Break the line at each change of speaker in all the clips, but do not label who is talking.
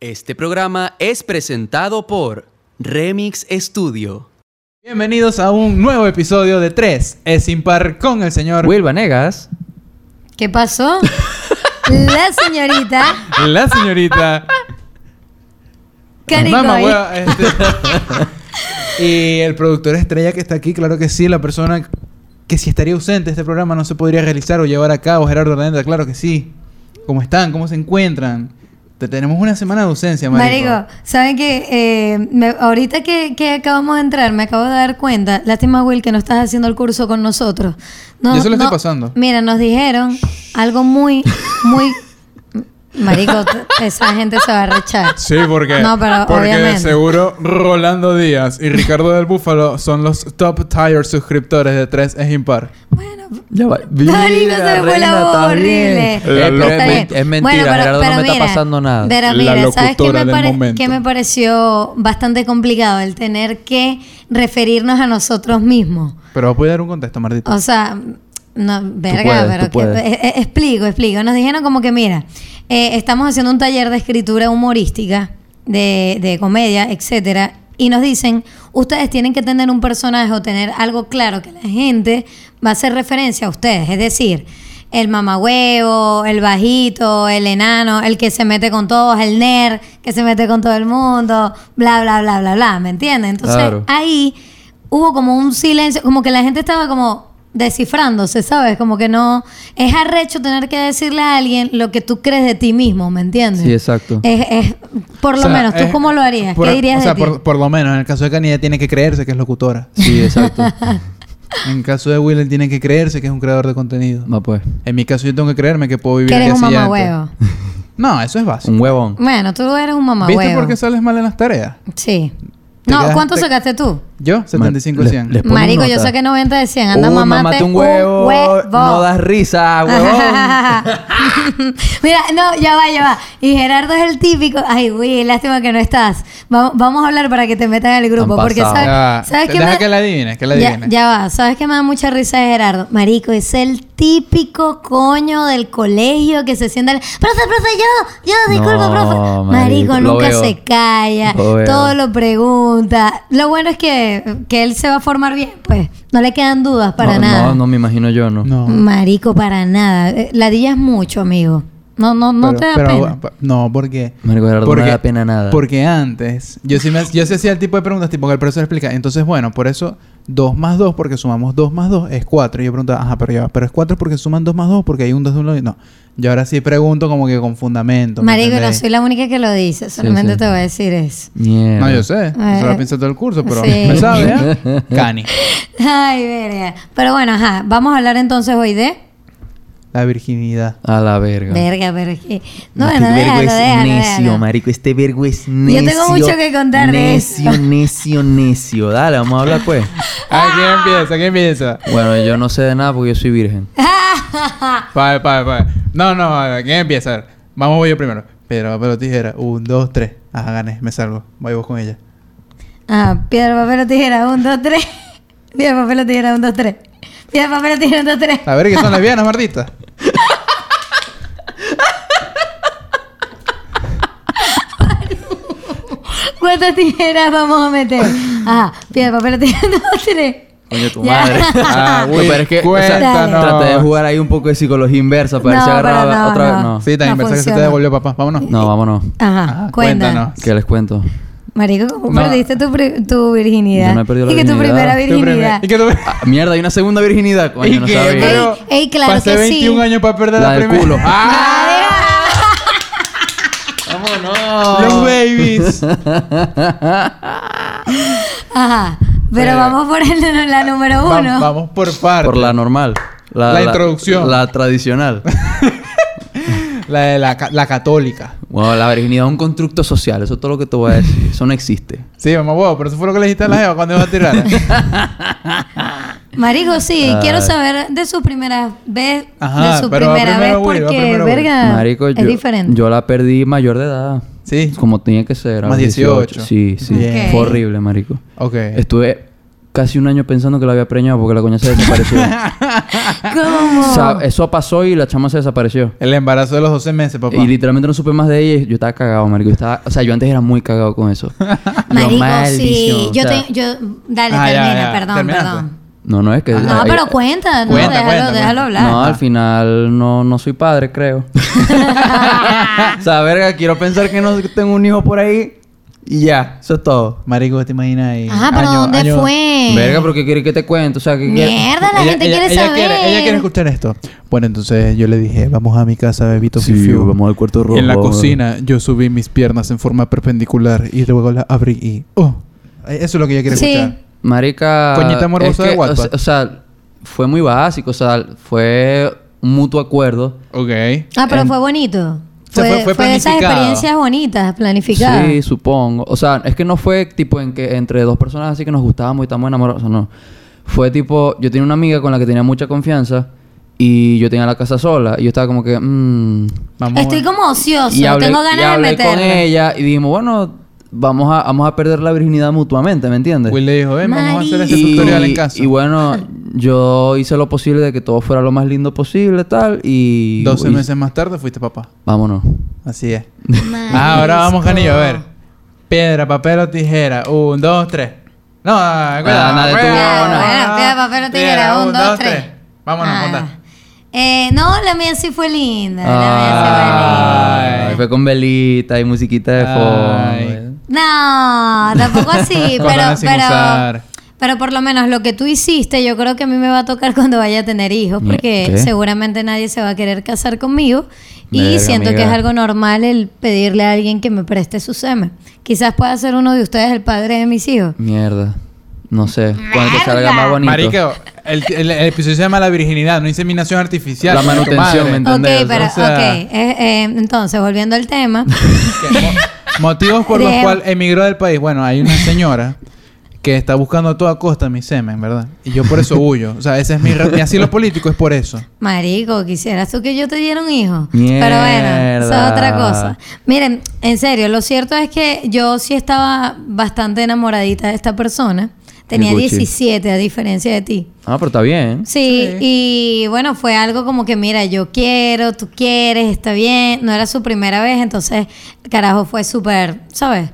Este programa es presentado por Remix Studio.
Bienvenidos a un nuevo episodio de 3 es impar con el señor
Will Vanegas.
¿Qué pasó? La señorita
la señorita Mamá
Caricoy.
hueva, este. y el productor estrella que está aquí, claro que sí, la persona que si estaría ausente este programa no se podría realizar o llevar a cabo, Gerardo Hernández, claro que sí. ¿Cómo están? ¿Cómo se encuentran? Te tenemos una semana de ausencia, marico.
Marico, ¿saben qué? Eh, me- ahorita que, que acabamos de entrar, me acabo de dar cuenta. Lástima, Will, que no estás haciendo el curso con nosotros. No,
Yo se lo estoy
no-
pasando.
Mira, nos dijeron algo muy, muy... Marico, t- esa gente se va a rechar.
Sí, porque,
No, pero
porque
obviamente.
seguro Rolando Díaz y Ricardo del Búfalo son los top tier suscriptores de 3 es impar.
Bueno,
Ya va.
Marico, se me fue la voz horrible.
Eh,
La
pero
loca.
es,
Está bien.
men- es mentira,
Bueno, pero-
Gerardo,
pero
no me
mira,
está pasando nada.
Pero
La
mira, ¿sabes qué
locutora
me,
del
pare-
momento.
qué me pareció bastante complicado? El tener que referirnos a nosotros mismos.
Pero voy a dar un contexto, Mardito.
O sea, no, verga,
puedes, tú
pero que-
puedes.
eh, eh, explico, explico. Nos dijeron como que, mira, eh, estamos haciendo un taller de escritura humorística, de, de comedia, etcétera, y nos dicen, ustedes tienen que tener un personaje o tener algo claro que la gente va a hacer referencia a ustedes. Es decir, el mamahuevo, el bajito, el enano, el que se mete con todos, el nerd, que se mete con todo el mundo, bla, bla, bla, bla, bla, ¿me entiendes? Entonces,
Claro.
ahí hubo como un silencio, como que la gente estaba como descifrándose, ¿sabes? Como que no... Es arrecho tener que decirle a alguien lo que tú crees de ti mismo, ¿me entiendes?
Sí, exacto.
Es, es- por lo
O sea,
menos, ¿tú
es-
cómo lo harías?
por-
¿Qué dirías
O sea,
de ti?
por, por lo menos, en el caso de Kanye tiene que creerse que es locutora.
Sí, exacto.
En el caso de Will él tiene que creerse que es un creador de contenido.
no, pues.
En mi caso yo tengo que creerme que puedo vivir
Que
el
eres
día
un
siguiente.
mamahuevo.
No, eso es básico.
Un huevón.
Bueno, tú eres un mamahuevo.
¿Viste por qué sales mal en las tareas?
Sí.
Te
No,
quedas-
¿cuánto
te-
sacaste tú?
Yo, 75
le-
100.
les- Pon
Marico, yo
nota.
saqué 90 de 100. Anda,
Uy,
mamate,
mamate un huevo.
huevo.
No das risa, huevón.
Mira, no, ya va, ya va. Y Gerardo es el típico. Ay, güey, lástima que no estás. Vamos, vamos a hablar para que te metan al grupo.
Han
Porque
pasado.
sabes,
Ya,
¿sabes qué
Ah, deja
me-
que la adivines, que la
ya,
adivines.
ya va, ¿sabes qué me da mucha risa de Gerardo? Marico, es el típico coño del colegio que se sienta. al- Profe, profe, yo, yo, disculpa,
No,
profe.
marico,
Marico,
lo
nunca
veo.
se calla,
Lo veo.
todo lo pregunta. Lo bueno es que, que él se va a formar bien, pues no le quedan dudas para
no,
nada.
No, no, me imagino yo, no.
No.
Marico, para nada. Eh, Ladillas mucho, amigo. No, no, no
Pero-
te da
pero-
pena.
pa- No, ¿por qué?
Marico, Gerardo, no me da pena nada.
Porque antes, yo sí, me, yo sí hacía el tipo de preguntas tipo que el profesor explica. Entonces, bueno, por eso 2 más 2, porque sumamos 2 más 2 es 4. Y yo preguntaba, ajá, pero ya, va, pero es 4 porque suman 2 más 2 porque hay un 2 de un lado y no. Yo ahora sí pregunto como que con fundamento. ¿me
Marico, no
entendéis?
soy la única que lo dice. Solamente
sí.
te voy a decir eso.
Mierda.
No, yo sé.
Eh,
Eso lo piensa todo el curso, pero
sí.
me sabe, ¿eh? Cani.
Ay, verga. Pero bueno, ajá. Vamos a hablar entonces hoy de...
La virginidad.
A la verga.
Verga, pero es que... No,
Este
no,
vergo
déjalo,
es
déjalo,
necio,
déjalo.
marico. Este vergo es
tengo
necio.
mucho que contar de
Necio,
eso.
necio, necio. Dale, vamos a hablar, pues.
Ah.
Aquí empieza, aquí empieza.
Bueno, yo no sé de nada porque yo soy virgen.
Ah,
Pae, pae, pae. No, no, a ver, ¿quién empieza? A ver, Vamos, voy yo primero. Pero, pero tijera. Un, dos, tres. Ajá, gané, me salgo. Voy vos con ella.
Ah, piedra, papel o tijera. Un, dos, tres. Piedra, papel o tijera. Un, dos, tres. Piedra, papel o tijera. Un, dos, tres.
Ah.
A ver, ¿qué son lesbianas, Martita?
¿Cuántas tijeras vamos a meter? Ajá. Piedra, papel o tijera. Un, dos, tres.
Coño, tu
Ya.
madre.
Ah,
No,
Will,
pero es que, o sea,
cuéntanos.
traté de jugar ahí un poco de psicología inversa para ver si
No,
agarraba
pero no,
otra vez.
no.
No.
Sí, también pensé que
No
se te
funciona.
devolvió, papá. Vámonos.
no, vámonos.
Ajá.
Ah,
Cuéntanos.
cuéntanos.
¿Qué les cuento?
Marico, ¿cómo
No.
perdiste tu, pri- tu virginidad?
Yo no he perdido la
y que tu
virginidad.
primera
Tu primer-
virginidad.
¿Y que tú...
Ah, mierda, hay una segunda virginidad, coño, no
que-
sabía.
pero
Ey, ey, claro
pasé
que sí.
21 años para perder la,
La del
primera.
culo.
¡Ah! Los
¡Vámonos!
babies.
Ajá. Pero
Pero-
vamos por el, la número
Va-
uno.
Eh, vamos por parte.
Por la normal.
La introducción.
La tradicional.
La de la, ca- la católica.
Bueno, la virginidad es un constructo social. Eso es todo lo que te voy a decir. Eso no existe.
Sí, mamá, huevo, pero eso fue lo que le dijiste a la Jeva cuando iba a tirar.
Marico, sí,
Ah.
quiero saber de su primera vez.
Ajá,
de su
pero va
primera vez,
primero Will, va
porque,
primero Will.
verga,
Marico,
Ah, es
yo,
diferente.
yo la perdí mayor de edad.
sí.
Como tenía que ser. a
Más
los
18.
Sí, sí.
Bien.
Ok.
Fue horrible, marico.
Ok.
Estuve casi un año pensando que la había preñado porque la coña se desapareció.
¿Cómo?
O sea, eso pasó y la chama se desapareció.
El embarazo de los 12 meses, papá.
Y literalmente no supe más de ella. y Yo estaba cagado, marico. Yo estaba, o sea, yo antes era muy cagado con eso. Yo,
Marico, sí.
maldición,
Yo
o sea,
te, yo, dale,
Ah, ya,
termina,
ya.
perdón,
Terminaste.
perdón.
No, no es que...
Ah, No, pero cuenta, no,
Cuenta,
déjalo,
cuenta,
déjalo
cuenta.
hablar.
No, al final no, no soy padre, creo.
Ah.
o sea, verga, quiero pensar que no tengo un hijo por ahí y ya, eso es todo.
Marico, ¿te imaginas ahí?
Ajá, Ah, pero
Año-
¿dónde
año-
fue?
Verga, pero ¿qué quieres que te cuente? O sea, que...
Mierda, la
Ella-
gente
ella-
quiere
ella
saber.
ella quiere escuchar esto. Bueno, entonces yo le dije, vamos a mi casa, bebito fifiu".
al cuarto
Y en la cocina yo subí mis piernas en forma perpendicular y luego la abrí y... ¡Oh! Eso es lo que ella quiere
Sí.
escuchar.
Marica...
Coñita morbosa
es que,
de
o
Wattpad.
sea- o sea, fue muy básico. O sea, fue un mutuo acuerdo.
Ok.
Ah, pero
En-
fue bonito.
sea,
Fue,
fue- fue
fue de esas
planificado.
experiencias bonitas, planificadas.
Sí, supongo. O sea, es que no fue tipo en que entre dos personas así que nos gustábamos y estábamos enamorados. O sea, no. Fue tipo, yo tenía una amiga con la que tenía mucha confianza y yo tenía la casa sola. Y yo estaba como que, mmm.
Vamos
Estoy
a-
como ocioso,
y hablé,
tengo
y
ganas de
hablé con
meterme.
ella y dijimos, bueno, vamos a, vamos a perder la virginidad mutuamente, ¿me entiendes?
Will le dijo, ven, vamos a hacer este
Marico.
tutorial en casa.
y bueno, yo hice lo posible de que todo fuera lo más lindo posible, tal, y...
12
y-
meses más tarde fuiste papá.
Vámonos.
Así es. Ah, Ahora vamos, Canillo, a
Ah.
ver. Piedra, papel o tijera. Un, dos, tres. No, ah, cuidado. Ah,
nada de tu
Ya,
no.
bueno, piedra, papel o tijera. Un, dos, tres.
Vámonos,
Ah.
contá.
Eh, no, la mía sí fue linda. La
Ah.
mía sí fue
Ay,
linda.
fue con velita y musiquita de
Ay.
fondo.
No, tampoco así,
Con
pero,
ganas sin
pero,
usar.
pero por lo menos lo que tú hiciste, yo creo que a mí me va a tocar cuando vaya a tener hijos,
Mie-
porque
¿qué?
seguramente nadie se va a querer casar conmigo y
Verga,
siento que es
amiga.
algo normal el pedirle a alguien que me preste su semen. Quizás pueda ser uno de ustedes el padre de mis hijos.
Mierda. No sé. Cuando te
Verga.
salga más bonito.
Marico, el, el- el episodio se llama La virginidad, no inseminación artificial.
La
coño, tu
manutención,
madre.
¿me entiendes?
Ok,
Entender,
pero,
o sea-
ok. Eh, eh, entonces, volviendo al tema.
Que mo- Motivos por los
Creo.
cuales emigró del país. Bueno, hay una señora que está buscando a toda costa mi semen, ¿verdad? Y yo por eso huyo. O sea, ese es mi, re- mi asilo político, es por eso.
Marico, quisieras tú que yo te diera un hijo. Pero bueno, eso es
Mierda.
otra cosa. Miren, en serio, lo cierto es que yo sí estaba bastante enamoradita de esta persona. Tenía
Gucci.
17, a diferencia de ti.
Ah, pero está bien.
Sí, y bueno, fue algo como que, mira, yo quiero, tú quieres, está bien. No era su primera vez, entonces, el carajo, fue súper, ¿sabes?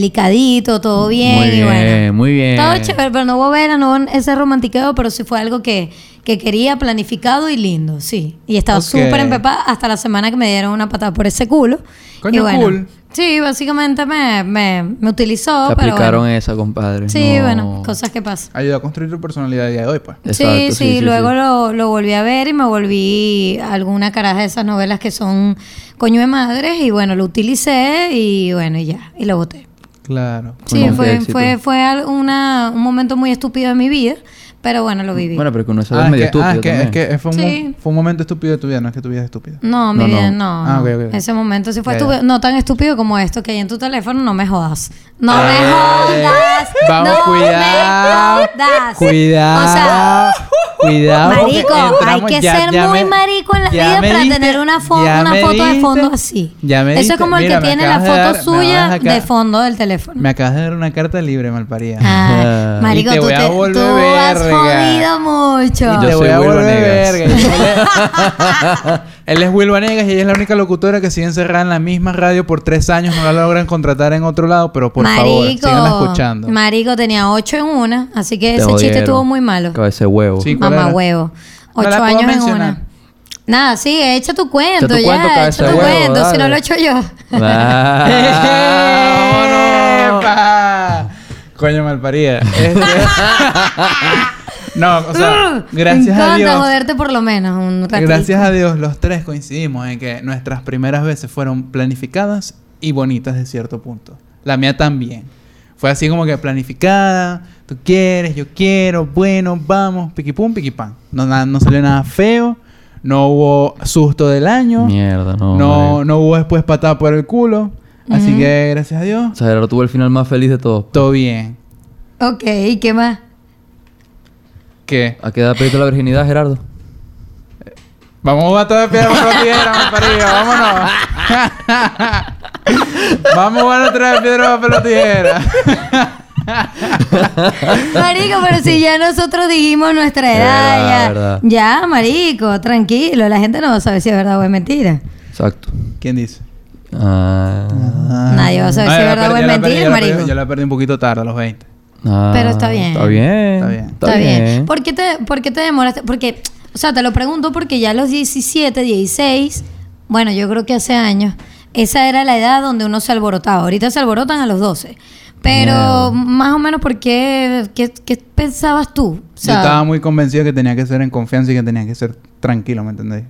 Delicadito, todo bien,
muy
y
bien,
bueno.
muy bien.
Todo chévere, pero no hubo vera, no hubo ese romantiqueo, pero sí fue algo que, que quería, planificado y lindo, sí. Y estaba
Ok.
súper empepada hasta la semana que me dieron una patada por ese culo.
Coño,
y bueno,
cool.
Sí, básicamente me, me, me utilizó,
Te
pero
aplicaron
bueno.
esa, compadre.
Sí,
No.
bueno, cosas que pasan.
Ayuda a construir tu personalidad a día de hoy, pues.
Exacto,
sí, sí,
sí, sí,
luego
sí.
Lo, lo volví a ver y me volví alguna caraja de esas novelas que son coño de madres y bueno, lo utilicé y bueno, y ya, y lo boté.
Claro.
Fue
Sí,
un
fue,
éxito.
fue, fue al- una, un momento muy estúpido de mi vida, pero bueno, lo viví.
Bueno, pero que uno es
Ah, es
medio
que,
estúpido
ah, es que,
también.
es que fue, un,
Sí.
fue un momento estúpido de tu vida, no es que tu vida es estúpida.
no, mi
No,
vida
no.
no.
Ah,
no.
ok, ok.
Ese momento sí fue
Ya,
estúpido.
ya.
No tan estúpido como esto que hay en tu teléfono, no me jodas. No me jodas.
Eh, Vamos,
no
cuidado,
Me jodas.
cuidado.
O sea,
Cuidado. porque
Marico, hay
entramos-
que
ya-
ser
ya
muy
me-
marico en la
ya
vida
me
para
diste-
tener una, fo-
ya
una
me
foto de
diste-
fondo así.
ya me
Eso
diste.
es como el
Mira,
que
me
tiene la
acabas de
foto
dar- me
suya
vas a ca-
de fondo del teléfono.
Me acabas de dar una carta libre, malparida.
Ah,
Y
marico,
te
tú,
voy a
te-
volver
tú has
verga.
jodido mucho.
Y yo
te
soy
voy a
Will
volver verga. Y
Vanegas.
él es- Él es Will Vanegas y ella es la única locutora que sigue encerrada en la misma radio por tres años. No la logran contratar en otro lado, pero por favor, síganla escuchando.
Marico tenía ocho en una, así que
Te
ese chiste
jodieron.
estuvo muy malo.
Cabeza de huevo.
Sí. ¿Cuál
Mamá
era?
huevo.
No
Ocho
la puedo
años en
mencionar.
una. Nada, sí, echa tu cuento,
tu
ya,
cuento, cabeza
echa
de
tu
huevo,
cuento, si
dale.
no lo echo yo.
Ah, vámonos.
¡Epa! Coño malparida. Este- no, o sea,
Me
gracias
encanta
a Dios.
joderte por lo menos un ratito.
Gracias a Dios, los tres coincidimos en que nuestras primeras veces fueron planificadas y bonitas de cierto punto. La mía también. Fue así como que planificada, tú quieres, yo quiero, bueno, vamos, piquipum, piquipam. No, na- no salió nada feo, no hubo susto del año,
Mierda, no.
no,
marico.
no hubo después patada por el culo. Así que gracias a Dios,
O sea, ahora tuvo el final más feliz de todos.
todo bien.
Ok, ¿y qué más?
¿Qué?
¿A qué edad pediste la virginidad, Gerardo?
Vamos a toda piedra por piedra, papel o tijera, vámonos. Vamos a otra vez piedra, papel o tijera.
Marico, pero si ya nosotros dijimos nuestra
Es
edad, ya,
verdad, verdad.
ya, marico, tranquilo, la gente no sabe si es verdad o es mentira.
Exacto.
¿Quién dice?
Ah,
Nadie va a saber
No,
si
yo
es
la
verdad o
perdí,
es
yo la perdí,
mentira,
yo la perdí,
marico.
Yo la perdí un poquito tarde, a los 20.
ah,
Pero está bien.
Está bien.
Está bien.
Está bien. ¿Por, qué te, ¿Por qué te demoraste? Porque, o sea, te lo pregunto porque ya a los 17, 16, bueno, yo creo que hace años, esa era la edad donde uno se alborotaba. Ahorita se alborotan a los 12. Pero
Mierda.
más o menos, ¿por qué, qué, qué pensabas tú? O sea,
Yo estaba muy convencido que tenía que ser en confianza y que tenía que ser tranquilo, ¿me entendéis?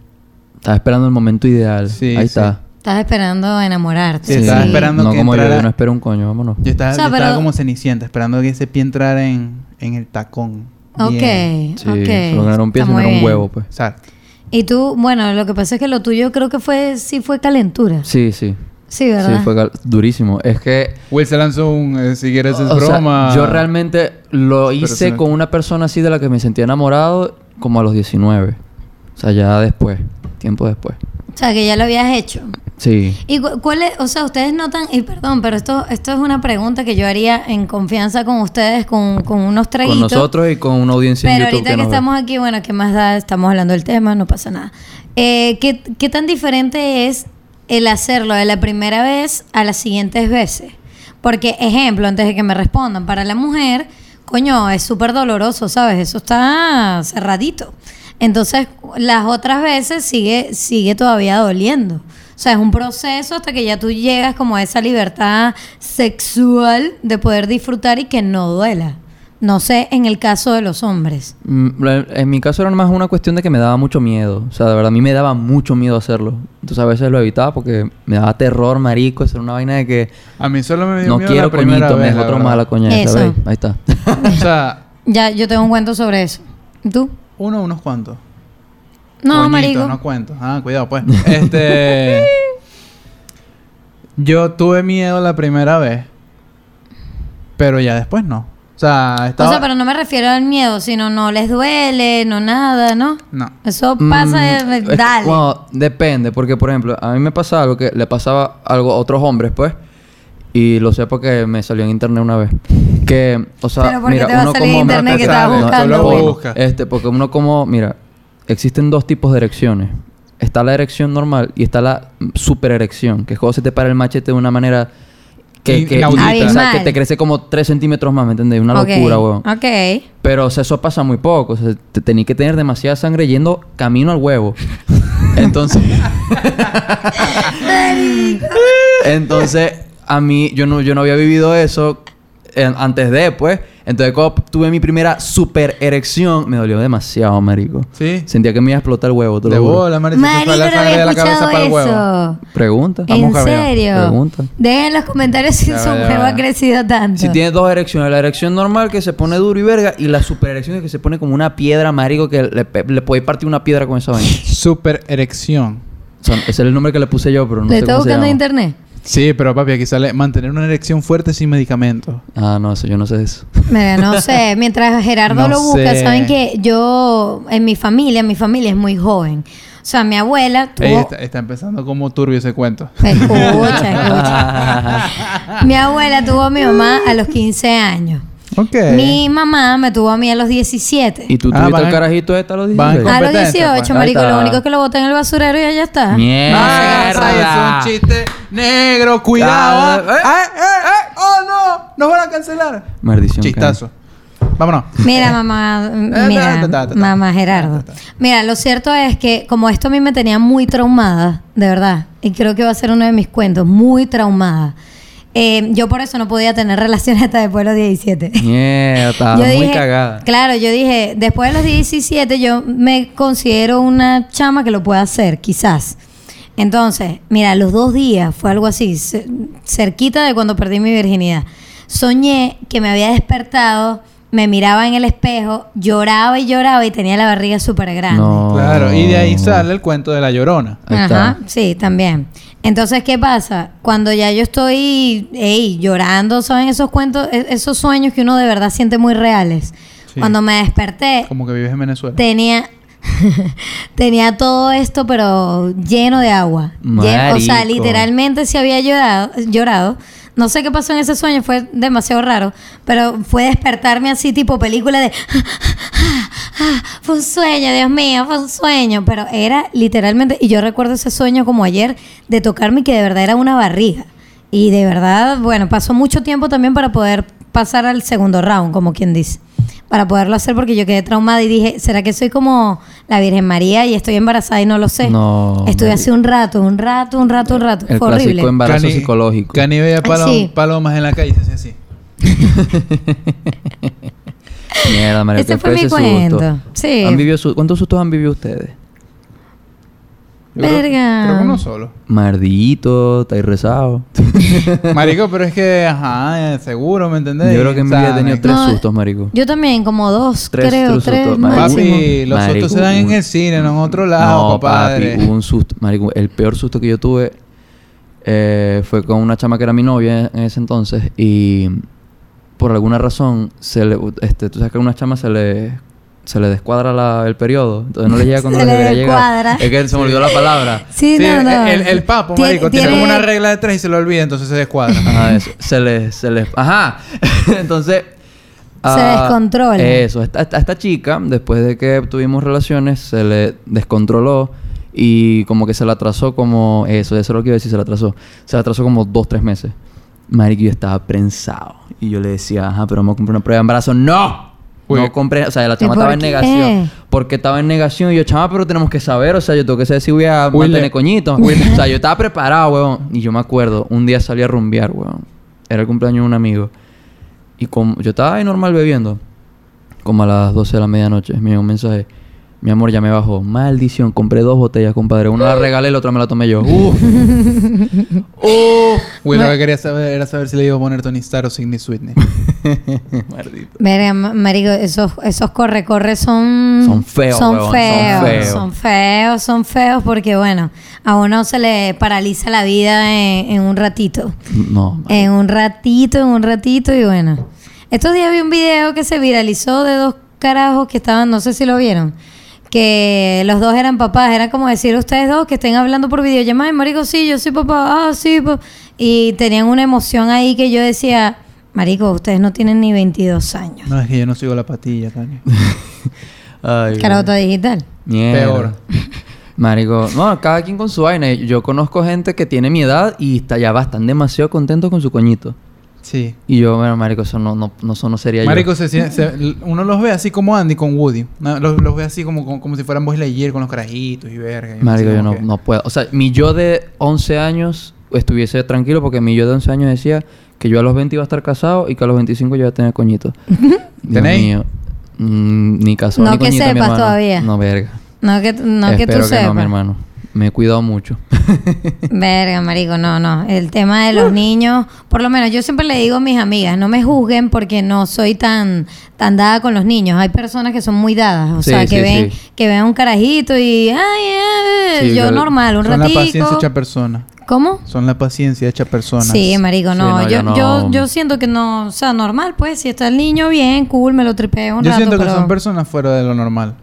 Estaba esperando el momento ideal.
Sí,
Ahí
sí.
está.
estabas esperando enamorarte.
Sí, estaba esperando
no
que
como yo,
entrara-
yo no espero un coño, vámonos.
Yo estaba,
O sea,
yo estaba
pero-
como cenicienta, esperando que ese pie entrara en, en el tacón.
Ok,
Bien.
Sí,
ok.
solo que no era un pie,
Está
sino
muy
era un
bien.
huevo, pues.
Exacto.
Y tú, bueno, lo que pasa es que lo tuyo creo que fue, sí fue calentura. Sí,
Sí, sí.
¿verdad?
Sí, fue cal- durísimo. Es que
Will se lanzó un, eh, si quieres es
O sea,
broma.
yo realmente lo
Pero
hice
se me-
con una persona así de la que me sentía enamorado como a los 19. O sea, ya después, tiempo después.
O sea, que ya lo habías hecho.
Sí.
¿Y cu- cuál es, o sea, ustedes notan, y perdón, pero esto, esto es una pregunta que yo haría en confianza con ustedes, con, con unos
Con
traguitos.
nosotros y con una audiencia en
Pero
YouTube
ahorita que,
nos ve.
estamos aquí, bueno, ¿qué más da? Estamos hablando del tema, no pasa nada. Eh, ¿qué, qué tan diferente es el hacerlo de la primera vez a las siguientes veces? Porque, ejemplo, antes de que me respondan, para la mujer, coño, es súper doloroso, ¿sabes? Eso está cerradito. Entonces, las otras veces sigue, sigue todavía doliendo. O sea, es un proceso hasta que ya tú llegas como a esa libertad sexual de poder disfrutar y que no duela. No sé, en el caso de los hombres.
Mm, la- En mi caso era más una cuestión de que me daba mucho miedo. O sea, de verdad, a mí me daba mucho miedo hacerlo. Entonces a veces lo evitaba porque me daba terror, marico. Eso era una vaina de que
A mí solo me dio
no
miedo
quiero
la primera
coñito, me
vez,
dejó
la
traumada la
verdad.
coña esa,
Eso.
¿veis? Ahí está.
O sea,
Ya, yo tengo un cuento sobre eso. ¿Tú?
uno, unos cuantos.
No,
Coñitos,
marico.
No cuento. Ah, cuidado, pues. Este. yo tuve miedo la primera vez. Pero ya después no. O sea,
o
estaba.
sea, pero no me refiero al miedo, sino no les duele, no nada, ¿no?
No.
Eso
Mm,
pasa, eh,
es que,
dale.
bueno, depende, porque por ejemplo, a mí me pasaba algo que le pasaba algo a otros hombres, pues. Y lo sé porque me salió en internet una vez. Que, o sea,
Pero ¿por qué
mira,
te va a
uno
salir en
como hombre-
internet que estabas
no,
buscando,
no,
güey?
porno.
Busca.
Este, porque uno como, mira, existen dos tipos de erecciones. Está la erección normal y está la supererección, que es cuando se te para el machete de una manera que, que,
Inaudita.
o sea, que
Abismal.
te crece como 3 centímetros más, ¿me entendés? Una
Ok,
locura, weón.
Ok.
Pero o sea, eso pasa muy poco. O sea, te tenía que tener demasiada sangre yendo camino al huevo. Entonces. entonces, a mí, yo no, yo no había vivido eso eh, antes de, pues. Entonces, cuando tuve mi primera super erección, me dolió demasiado, marico.
Sí.
Sentía que me iba a explotar el huevo, te
De
lo juro.
bola, marico. se
Marico,
fue
no
la sangre
había
de la cabeza
escuchado
para el huevo.
eso.
Pregunta.
¿En
Vamos a ver.
serio?
Pregunta.
Dejen en los comentarios si
Ya
su
va, ya
huevo
va.
ha crecido tanto.
Si tienes dos erecciones, la erección normal que se pone duro y verga, y la super erección que se pone como una piedra, marico, que le, pe- le podéis partir una piedra con esa vaina.
Super erección.
O sea, ese es el nombre que le puse yo, pero no
¿Lo
sé
estás
cómo se
buscando
llama.
en internet?
Sí, pero papi, aquí sale mantener una erección fuerte sin medicamentos.
Ah, no, eso yo no sé eso.
Mira, no sé, mientras Gerardo
No
lo busca,
sé.
saben que yo, en mi familia, mi familia es muy joven. O sea, mi abuela tuvo...
Ey, está, está empezando como turbio ese cuento.
Escucha,
Ah.
escucha. mi abuela tuvo a mi mamá a los 15 años.
Ok.
Mi mamá me tuvo a mí a los 17.
¿Y tú
Ah,
tuviste
van-
el carajito este a los
van
16?
A los
competencia,
18,
pues.
marico,
Ahí está.
lo único es que lo boté en el basurero y allá está.
Eh,
Ah,
¡Mierda!
ese es un chiste negro, cuidado.
Ah, eh.
Ah, eh, eh, ¡Oh, no! ¡Nos van a cancelar!
Maldición.
Chistazo. Vámonos.
Mira, mamá,
ta,
mira,
ta, ta, ta, ta.
mamá Gerardo. Mira, lo cierto es que como esto a mí me tenía muy traumada, de verdad, y creo que va a ser uno de mis cuentos, muy traumada. eh, yo por eso no podía tener relaciones hasta después de los 17.
Karen. Mierda, estaba
Yo
muy
dije-
cagada.
Claro, yo dije, después de los 17 yo me considero una chama que lo pueda hacer, quizás. Entonces, mira, los dos días fue algo así, ce- cerquita de cuando perdí mi virginidad. Soñé que me había despertado, me miraba en el espejo, lloraba y lloraba y tenía la barriga súper grande.
No.
Claro, y de
Oh.
ahí sale el cuento de la llorona.
Ahí
Ajá,
está.
sí, también. Entonces, ¿qué pasa? Cuando ya yo estoy ey, llorando, ¿saben esos cuentos, e- esos sueños que uno de verdad siente muy reales?
Sí.
Cuando me desperté,
Como que vives en Venezuela.
tenía tenía todo esto pero lleno de agua Lleno- o sea
Marico.
literalmente se había llorado llorado No sé qué pasó en ese sueño, fue demasiado raro, pero fue despertarme así tipo película de... Fue un sueño, Dios mío, fue un sueño, pero era literalmente, y yo recuerdo ese sueño como ayer, de tocarme que de verdad era una barriga. Y de verdad, bueno, pasó mucho tiempo también para poder pasar al segundo round, como quien dice. Para poderlo hacer porque yo quedé traumada y dije, ¿será que soy como la Virgen María y estoy embarazada y no lo sé?
No,
Estuve
marica.
hace un rato, un rato, un rato, un rato.
El
Fue horrible.
clásico embarazo psicológico.
Cani veía
Ay,
palom-
sí.
palomas en la calle, y se hacía así.
Mierda, marica,
Ese
qué
fue mi
ese susto.
cuento. Sí.
¿Han vivido su- ¿Cuántos sustos han vivido ustedes?
Yo creo-
Verga.
Creo que uno solo.
Mardito, estáis rezado.
Marico, pero es que, ajá, eh, seguro, ¿me entendés?
Yo creo que en mi vida he tenido tres
No,
sustos, marico.
Yo también, como dos,
Tres,
creo,
tres
tres
sustos, marico.
máximo.
Papi, los
Marico,
sustos se dan en
un-
el cine, no en otro lado,
no,
compadre.
papi, hubo un susto. Marico, el peor susto que yo tuve eh, fue con una chama que era mi novia en ese entonces y por alguna razón se le, este, tú sabes que a una chama se le se le descuadra la- el periodo, entonces no le llega cuando
Se
le
le
debería
descuadra.
llegar. Es que se me olvidó la palabra.
Sí,
Sí,
no, no.
El, el papo,
Tie-
marico, tiene, como una regla de tres y se lo olvida, entonces se descuadra.
Ajá, eso. Se les... Se les... Ajá. Entonces... ah,
descontrola.
Eso. Esta, esta- esta chica, después de que tuvimos relaciones, se le descontroló y como que se la atrasó como... Eso, eso es lo que iba a decir, se la atrasó. Se la atrasó como dos, tres meses. Marico, yo estaba prensado. Y yo le decía, ajá, pero vamos a comprar una prueba de embarazo. ¡No!
Uy.
No compré, o sea, la
¿Y
chama
por
estaba en
qué?
negación. Porque estaba en negación. Y yo, chama, pero tenemos que saber. O sea, yo tengo que saber si voy a
Wilde.
mantener coñito. O sea, yo estaba preparado, weón. Y yo me acuerdo, un día salí a rumbear, weón. Era el cumpleaños de un amigo. Y como yo estaba ahí normal bebiendo. Como a las 12 de la medianoche. Me llegó un mensaje. Mi amor ya me bajó. Maldición, compré dos botellas, compadre. Una la regalé y la otra me la tomé yo. Uf. Uf.
Güey, lo que quería saber era saber si le iba a poner Tony Stark o Sidney Sweeney.
Maldito.
Verga, ma- marico, esos, esos corre, corre son...
Son feos,
Son
huevón, son
feos, son
feos.
feos. Son feos, porque, bueno, a uno se le paraliza la vida en, en un ratito.
No.
En un ratito, en un ratito y bueno. Estos días vi un video que se viralizó de dos carajos que estaban, no sé si lo vieron, que los dos eran papás, era como decir ustedes dos que estén hablando por videollamada y marico, sí, yo soy papá, ah, sí, pa-". y tenían una emoción ahí que yo decía, marico, ustedes no tienen ni 22 años.
No, es que yo no sigo la patilla, Tania.
Ay,
Carota digital.
Mierda.
Peor.
Marico, no, cada quien con su vaina. Yo conozco gente que tiene mi edad y está ya bastante demasiado contento con su coñito.
Sí.
Y yo, bueno, marico, eso no, no, no, eso no sería
Marico,
yo.
se, sien- se- l- uno los ve así como Andy con Woody. Na- Los, los ve así como, como, como si fueran Buzz Lightyear con los carajitos y verga. y
Marico,
así
yo
como
no,
que-
no puedo. O sea, mi yo de 11 años estuviese tranquilo porque mi yo de 11 años decía que yo a los 20 iba a estar casado y que a los 25 yo iba a tener coñito. Dios
¿Tenéis?
mío. Mm, ni casado
No
ni
que
coñito, mi
sepas
hermano.
todavía.
No, verga.
No que, no que tú
Espero que
sepas.
no, mi hermano. Me he cuidado mucho.
Verga, marico, no, no. El tema de los niños, por lo menos yo siempre le digo a mis amigas, no me juzguen porque no soy tan, tan dada con los niños. Hay personas que son muy dadas, o
Sí,
sea, que
sí,
ven,
sí.
que ven a un carajito y, ay, eh",
Sí,
yo
yo-
normal, un
Son la paciencia
ratico.
hecha persona.
¿Cómo?
Son la paciencia hecha persona.
Sí, marico,
Sí,
no.
no,
yo,
yo no.
Yo, yo siento que no, o sea, normal, pues, si está el niño bien, cool, me lo tripeo un
Yo
rato,
siento que
pero-
son personas fuera de lo normal.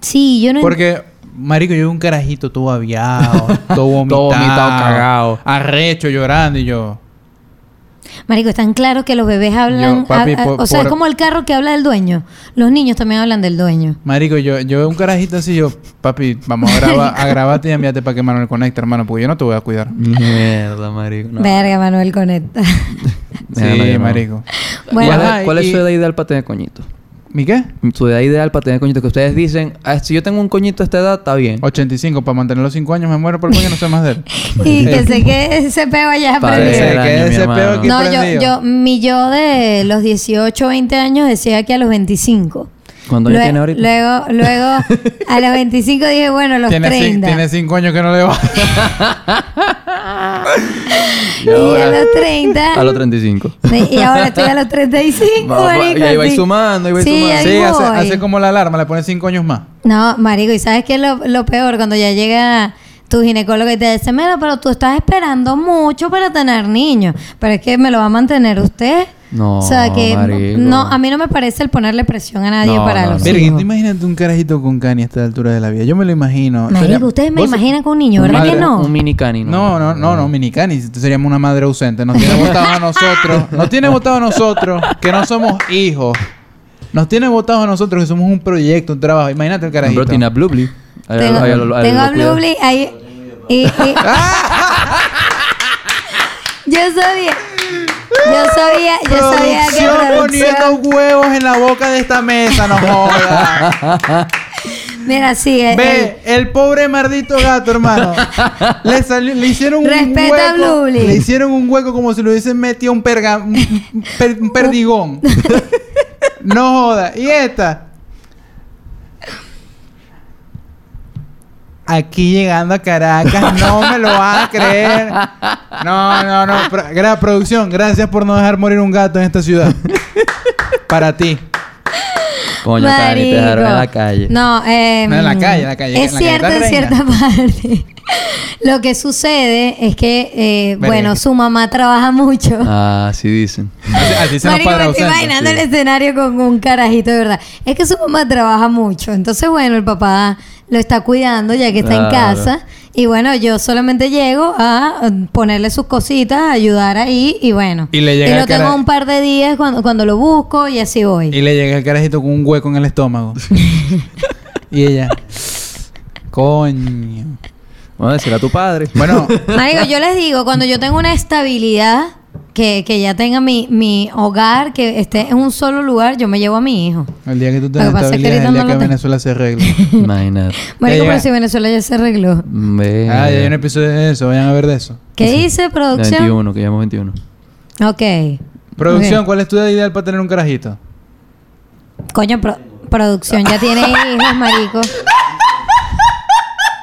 Sí, yo no
Porque, marico, yo vi un carajito todo aviado, todo vomitado,
Todo vomitado, cagado.
arrecho, llorando y yo...
Marico, es tan claro que los bebés hablan.
Yo, papi,
hab-
por-
o sea,
por-
es como el carro que habla del dueño. Los niños también hablan del dueño.
Marico, yo, yo veo un carajito así, yo, papi, vamos a, graba, a grabarte y enviarte para que Manuel conecte, hermano, porque yo no te voy a cuidar.
Mierda, marico. no.
Verga, Manuel Conecta.
Mierda,
sí,
yo no.
marico.
Bueno.
¿Cuál, es-
Ajá,
cuál
y-
es su edad ideal para tener coñito?
¿Mi qué?
Su edad ideal para tener coñito. Que ustedes dicen, "Ah, si yo tengo un coñito a esta edad, está bien.
85, para mantener los 5 años me muero por el coño, no sé más de él.
y que se quede ese peo allá
Padre,
Que
aprendido.
se
el año,
quede
mi
ese
hermano.
peo aquí
No, yo,
prendido.
yo, mi yo de los 18, 20 años decía que a los 25.
¿Cuántos años
Lue-
tiene ahorita?
Luego, luego a los 25 dije, bueno, los
Tiene,
30.
5 años que no le va.
y a los 30.
A los 35.
Sí, Y ahora estoy a los 35,
Va, va,
marico.
y ahí vais
sí.
sumando, ahí vais
Sí,
sumando.
ahí
sí, hace,
voy.
hace como la alarma, le pone 5 años más.
No, marico, ¿y sabes qué es lo, lo peor? Cuando ya llega tu ginecólogo y te dice, mira, pero tú estás esperando mucho para tener niños. Pero es que me lo va a mantener usted.
No,
o sea, que
marico.
no, a mí no me parece el ponerle presión a nadie
No,
para
no,
los
no.
Verga,
hijos.
¿tú imagínate un carajito con cani a esta altura de la vida. Yo me lo imagino.
Marico,
Sería-
ustedes me
vos-
imaginan con un niño,
Un
¿verdad que
mal-
no?
Un mini canino.
No, no, no, no, mini cani. Seríamos una madre ausente. Nos tiene votado a nosotros. Nos tiene votado a nosotros, que no somos hijos. Nos tiene votado a nosotros, que somos un proyecto, un trabajo. Imagínate el carajito.
Pero tiene a Blue Blee. Ahí-
Tengo,
ahí- ahí- ahí- ahí-
tengo a
lo cuida.
Blue Blee ahí. y- y- yo sabía. Yo sabía, yo sabía que
Producción poniendo
producción.
huevos en la boca de esta mesa, no jodas.
Mira, sí, eh,
Ve, el pobre mardito gato, hermano. Le, salió- le hicieron un
Respeta a
hueco.
Bluli.
Le hicieron un hueco como si le hubiesen metido un, perga, un, un per- un perdigón. no joda. Y esta. Aquí llegando a Caracas, no me lo vas a creer. No, no, no. Pro- gra- producción, gracias por no dejar morir un gato en esta ciudad. Para ti.
Coño, Cani, te dejaron en la
Marico.
calle.
No, eh,
No, en la calle, en la calle,
Es
en la
cierto
calle
en
está
cierta parte. Lo que sucede es que, eh,
Verga.
bueno, su mamá trabaja mucho.
Ah, sí dicen.
Así, así se nos
Marico,
cuadra
me estoy
ausente,
imaginando
sí.
el escenario con un carajito, de verdad. Es que su mamá trabaja mucho. Entonces, bueno, el papá lo está cuidando ya que está en
Claro.
casa. Y bueno, yo solamente llego a eh, ponerle sus cositas, a ayudar ahí y bueno.
Y le llega el
lo tengo
cara-
un par de días cuando, cuando lo busco y así voy.
Y le llega el carajito con un hueco en el estómago. y ella. Coño.
Bueno, será tu padre.
Bueno,
Marico, yo les digo, cuando yo tengo una estabilidad, que, que ya tenga mi, mi hogar, que esté en un solo lugar, yo me llevo a mi hijo.
el día que tú te
Lo que pasa es que
estabilizas es
ahorita
el día
no
que
lo tengo.
Venezuela se arregla.
Imagínate.
Marico,
llega.
pero si Venezuela ya se arregló.
Ve.
ah, ya hay un episodio de eso, vayan a ver de eso.
¿Qué dice producción?
21, que llamamos 21.
Ok.
Producción,
Ok.
¿cuál es tu ideal para tener un carajito?
Coño, pro- producción ya tiene hijos, marico.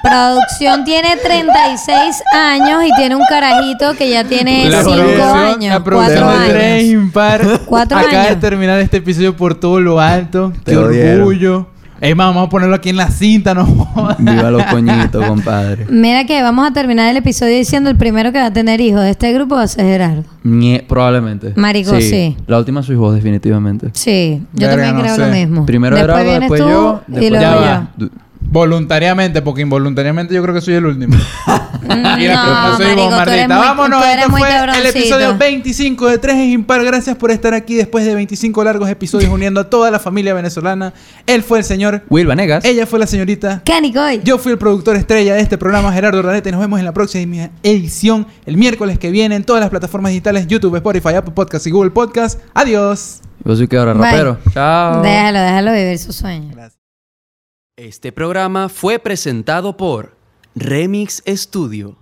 Producción tiene 36 años y tiene un carajito que ya tiene 5 Eh, años,
la
4
producción de tres
años.
impar.
Cuatro
Acaba de
años.
terminar este episodio por todo lo alto.
Te
Qué
odiaron.
orgullo. Es más, vamos a ponerlo aquí en la cinta, no jodas.
Viva los coñitos, compadre.
Mira que vamos a terminar el episodio diciendo el primero que va a tener hijos de este grupo va a ser Gerardo.
Ñe, probablemente.
Marico, sí.
La última soy vos, definitivamente.
Sí, yo
Verga,
también
no
creo
sé.
lo mismo.
Primero
después
Gerardo,
vienes
después
tú
yo.
y
después
luego
Ya
yo.
va.
Du-
Voluntariamente, porque involuntariamente yo creo que soy el último. Y la
Mm, no,
pregunta soy
marico,
vos,
tú eres
Marlita.
muy,
Vámonos,
tú eres
esto
muy
fue el
cabroncito.
episodio 25 de 3 es impar. Gracias por estar aquí después de 25 largos episodios uniendo a toda la familia venezolana. Él fue el señor,
Will Vanegas.
ella fue la señorita.
Canicoy.
Yo fui el productor estrella de este programa, Gerardo Ranete, y nos vemos en la próxima edición el miércoles que viene en todas las plataformas digitales, YouTube, Spotify, Apple Podcasts y Google Podcasts. Adiós.
Yo soy que ahora
Bye.
rapero. Chao.
Déjalo, déjalo vivir su sueño.
Este programa fue presentado por Remix Studio.